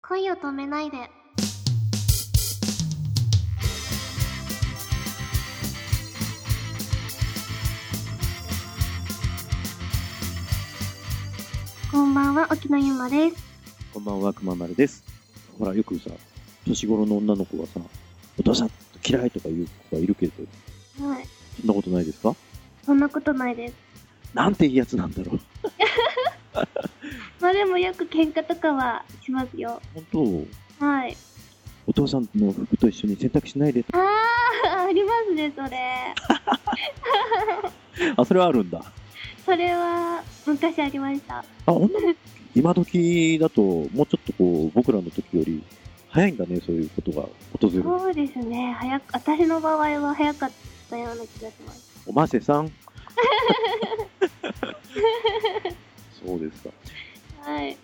恋を止めないで。こんばんは、沖野ゆまです。こんばんは、くままるです。ほら、よくさ、年頃の女の子がさ、お父さん嫌いとか言う子がいるけど、はい、そんなことないですかそんなことないです。なんていいやつなんだろう。まあでもよく喧嘩とかはしますよ。本はい。当、お父さんの服と一緒に洗濯しないでと。ああ、ありますね、それ。あ、それはあるんだ。それは昔ありました。あ、女の子、今時だと、もうちょっとこう、僕らの時より、早いんだね、そういうことが訪れる。そうですね、早く、私の場合は早かったような気がします。おませさん。そうですか。はい。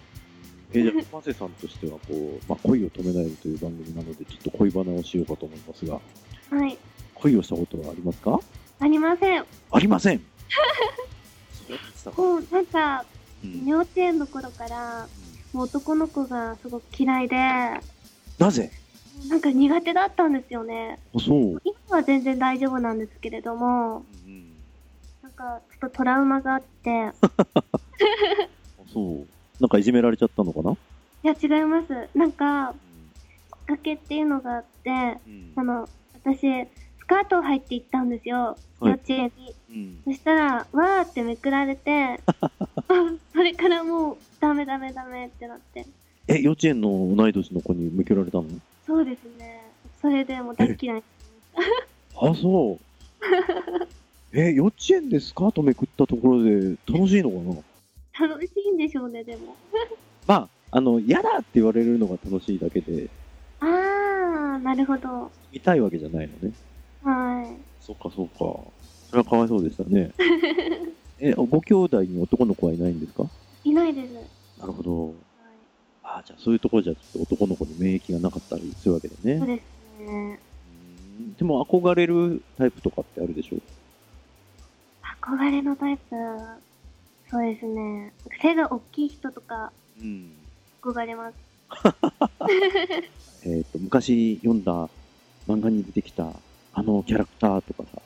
えじゃあ、マセさんとしてはこう、まあ、恋を止めないという番組なので、ちょっと恋バナをしようかと思いますが、はい。恋をしたことはありますかありません。ありませんそうですかもう、なんか、うん幼稚園の頃から、もう男の子がすごく嫌いで、なぜなんか苦手だったんですよね。あそう、今は全然大丈夫なんですけれども、なんか、ちょっとトラウマがあ って、あそう。なんかいじめられちゃったのかな、いや、違います。なんか、きっかけっていうのがあって、あの、私、スカートを履いて行ったんですよ。はい幼稚園に。そしたら、わーってめくられ て、それからもう、ダメダメダメってなって。え、幼稚園の同い年の子に向けられたのそうですね。それでもう大嫌い。あ、そう。 え、幼稚園でスカートめくったところで楽しいのかな楽しいんでしょうね、でも。まあ、あの、嫌だって言われるのが楽しいだけで、あー、なるほど。見たいわけじゃないのね。はい。そっかそっか。それはかわいそうでしたね。え、ご兄弟に男の子はいないんですかいないです。はなるほど。ああ、じゃあそういうところじゃちょっと男の子に免疫がなかったりするわけだい。そうですね。ね。うんでも憧れるタイプとかってあるでしょ憧れのタイプ、そうですね。背が大きい人とか、うん。憧れます。えっ、と、昔読んだ漫画に出てきたあのキャラクターとかさ。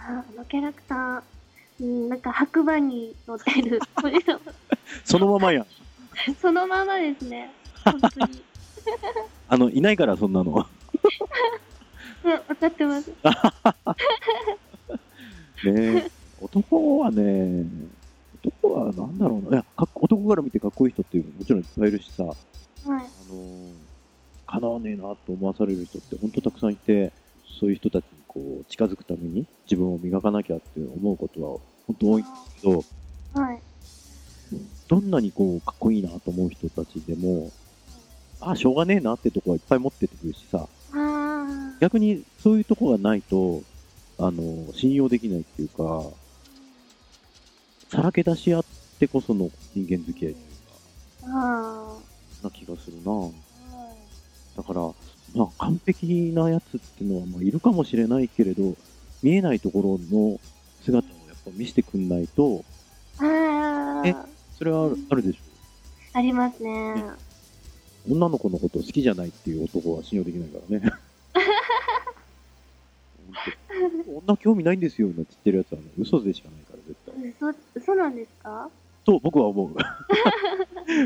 ああのキャラクター、うん、なんか白馬に乗ってる。これのそのままやん。そのままですね。本当に。あの、いないからそんな の。うん、分かってます。ねえ男はね、男はなんだろうな。いや、かっこ男から見てかっこいい人っていうのももちろんいっぱいいるしさ。はい。あのー、叶わねえなと思わされる人って本当たくさんいて、そういう人たちにこう近づくために自分を磨かなきゃって思うことは本当多いんだけど、はい。どんなにこうかっこいいなと思う人たちでも、ああ、しょうがねえなってとこはいっぱい持っててくるしさ、ああ。逆にそういうとこがないと、あのー信用できないっていうか、さらけ出し合ってこその人間付き合いあな気がするな。あ。はいだから、まあ、完璧なやつっていうのは、まあ、いるかもしれないけれど、見えないところの姿をやっぱ見せてくんないと、あえあ。それはあるあるでしょありますね。う。女の子のことを好きじゃないっていう男は信用できないからね。本当女興味ないんですよ、なんて言ってるやつは、ね、嘘でしかないから、絶対。嘘、嘘なんですかと僕は思う。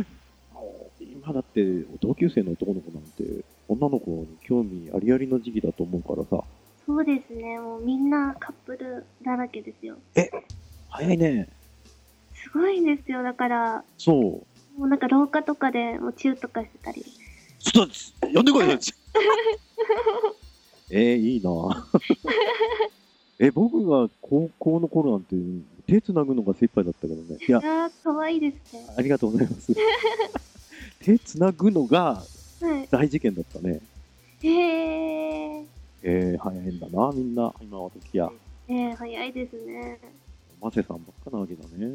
今だって、同級生の男の子なんて、女の子に興味ありありの時期だと思うからさ、そうですね。もうみんなカップルだらけですよ。早いね。すごいんですよ。だから、そう。もうなんか廊下とかでもうチューとかしてたり。ちょっと、呼んでこいよ。 えー、いいな え、僕が高校の頃なんて、手つなぐのが精一杯だったけどね。いや、ああ、可愛いですね。ありがとうございます。 手つなぐのがはい。大事件だったね。へえ。えー、早いんだな、みんな。今は時や。ええ早いですね。マセさんばっかなわけだね。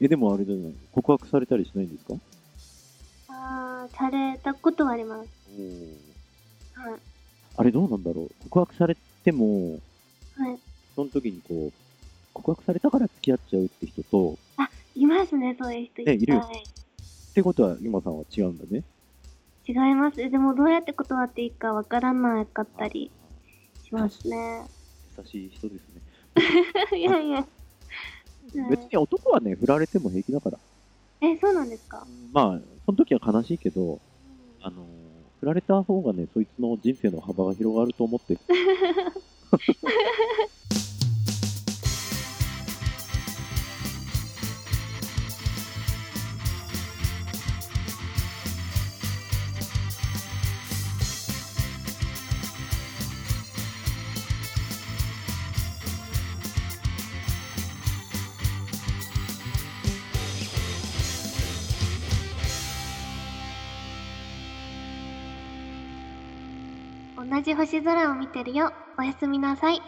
え、でもあれじゃない。告白されたりしないんですかああ、されたことはあります。はい。あれどうなんだろう。告白されても、はい。その時にこう、告白されたから付き合っちゃうって人と、いますね、そういう人。ねいるよはい。ってことは、今さんは違うんだね。違います。でもどうやって断っていいかわからなかったりしますね。優しい人ですね。 いやいや。はい別に男はね、振られても平気だから。え、そうなんですかまあ、その時は悲しいけど、あのー振られた方がね、そいつの人生の幅が広がると思って。同じ星空を見てるよ。おやすみなさい。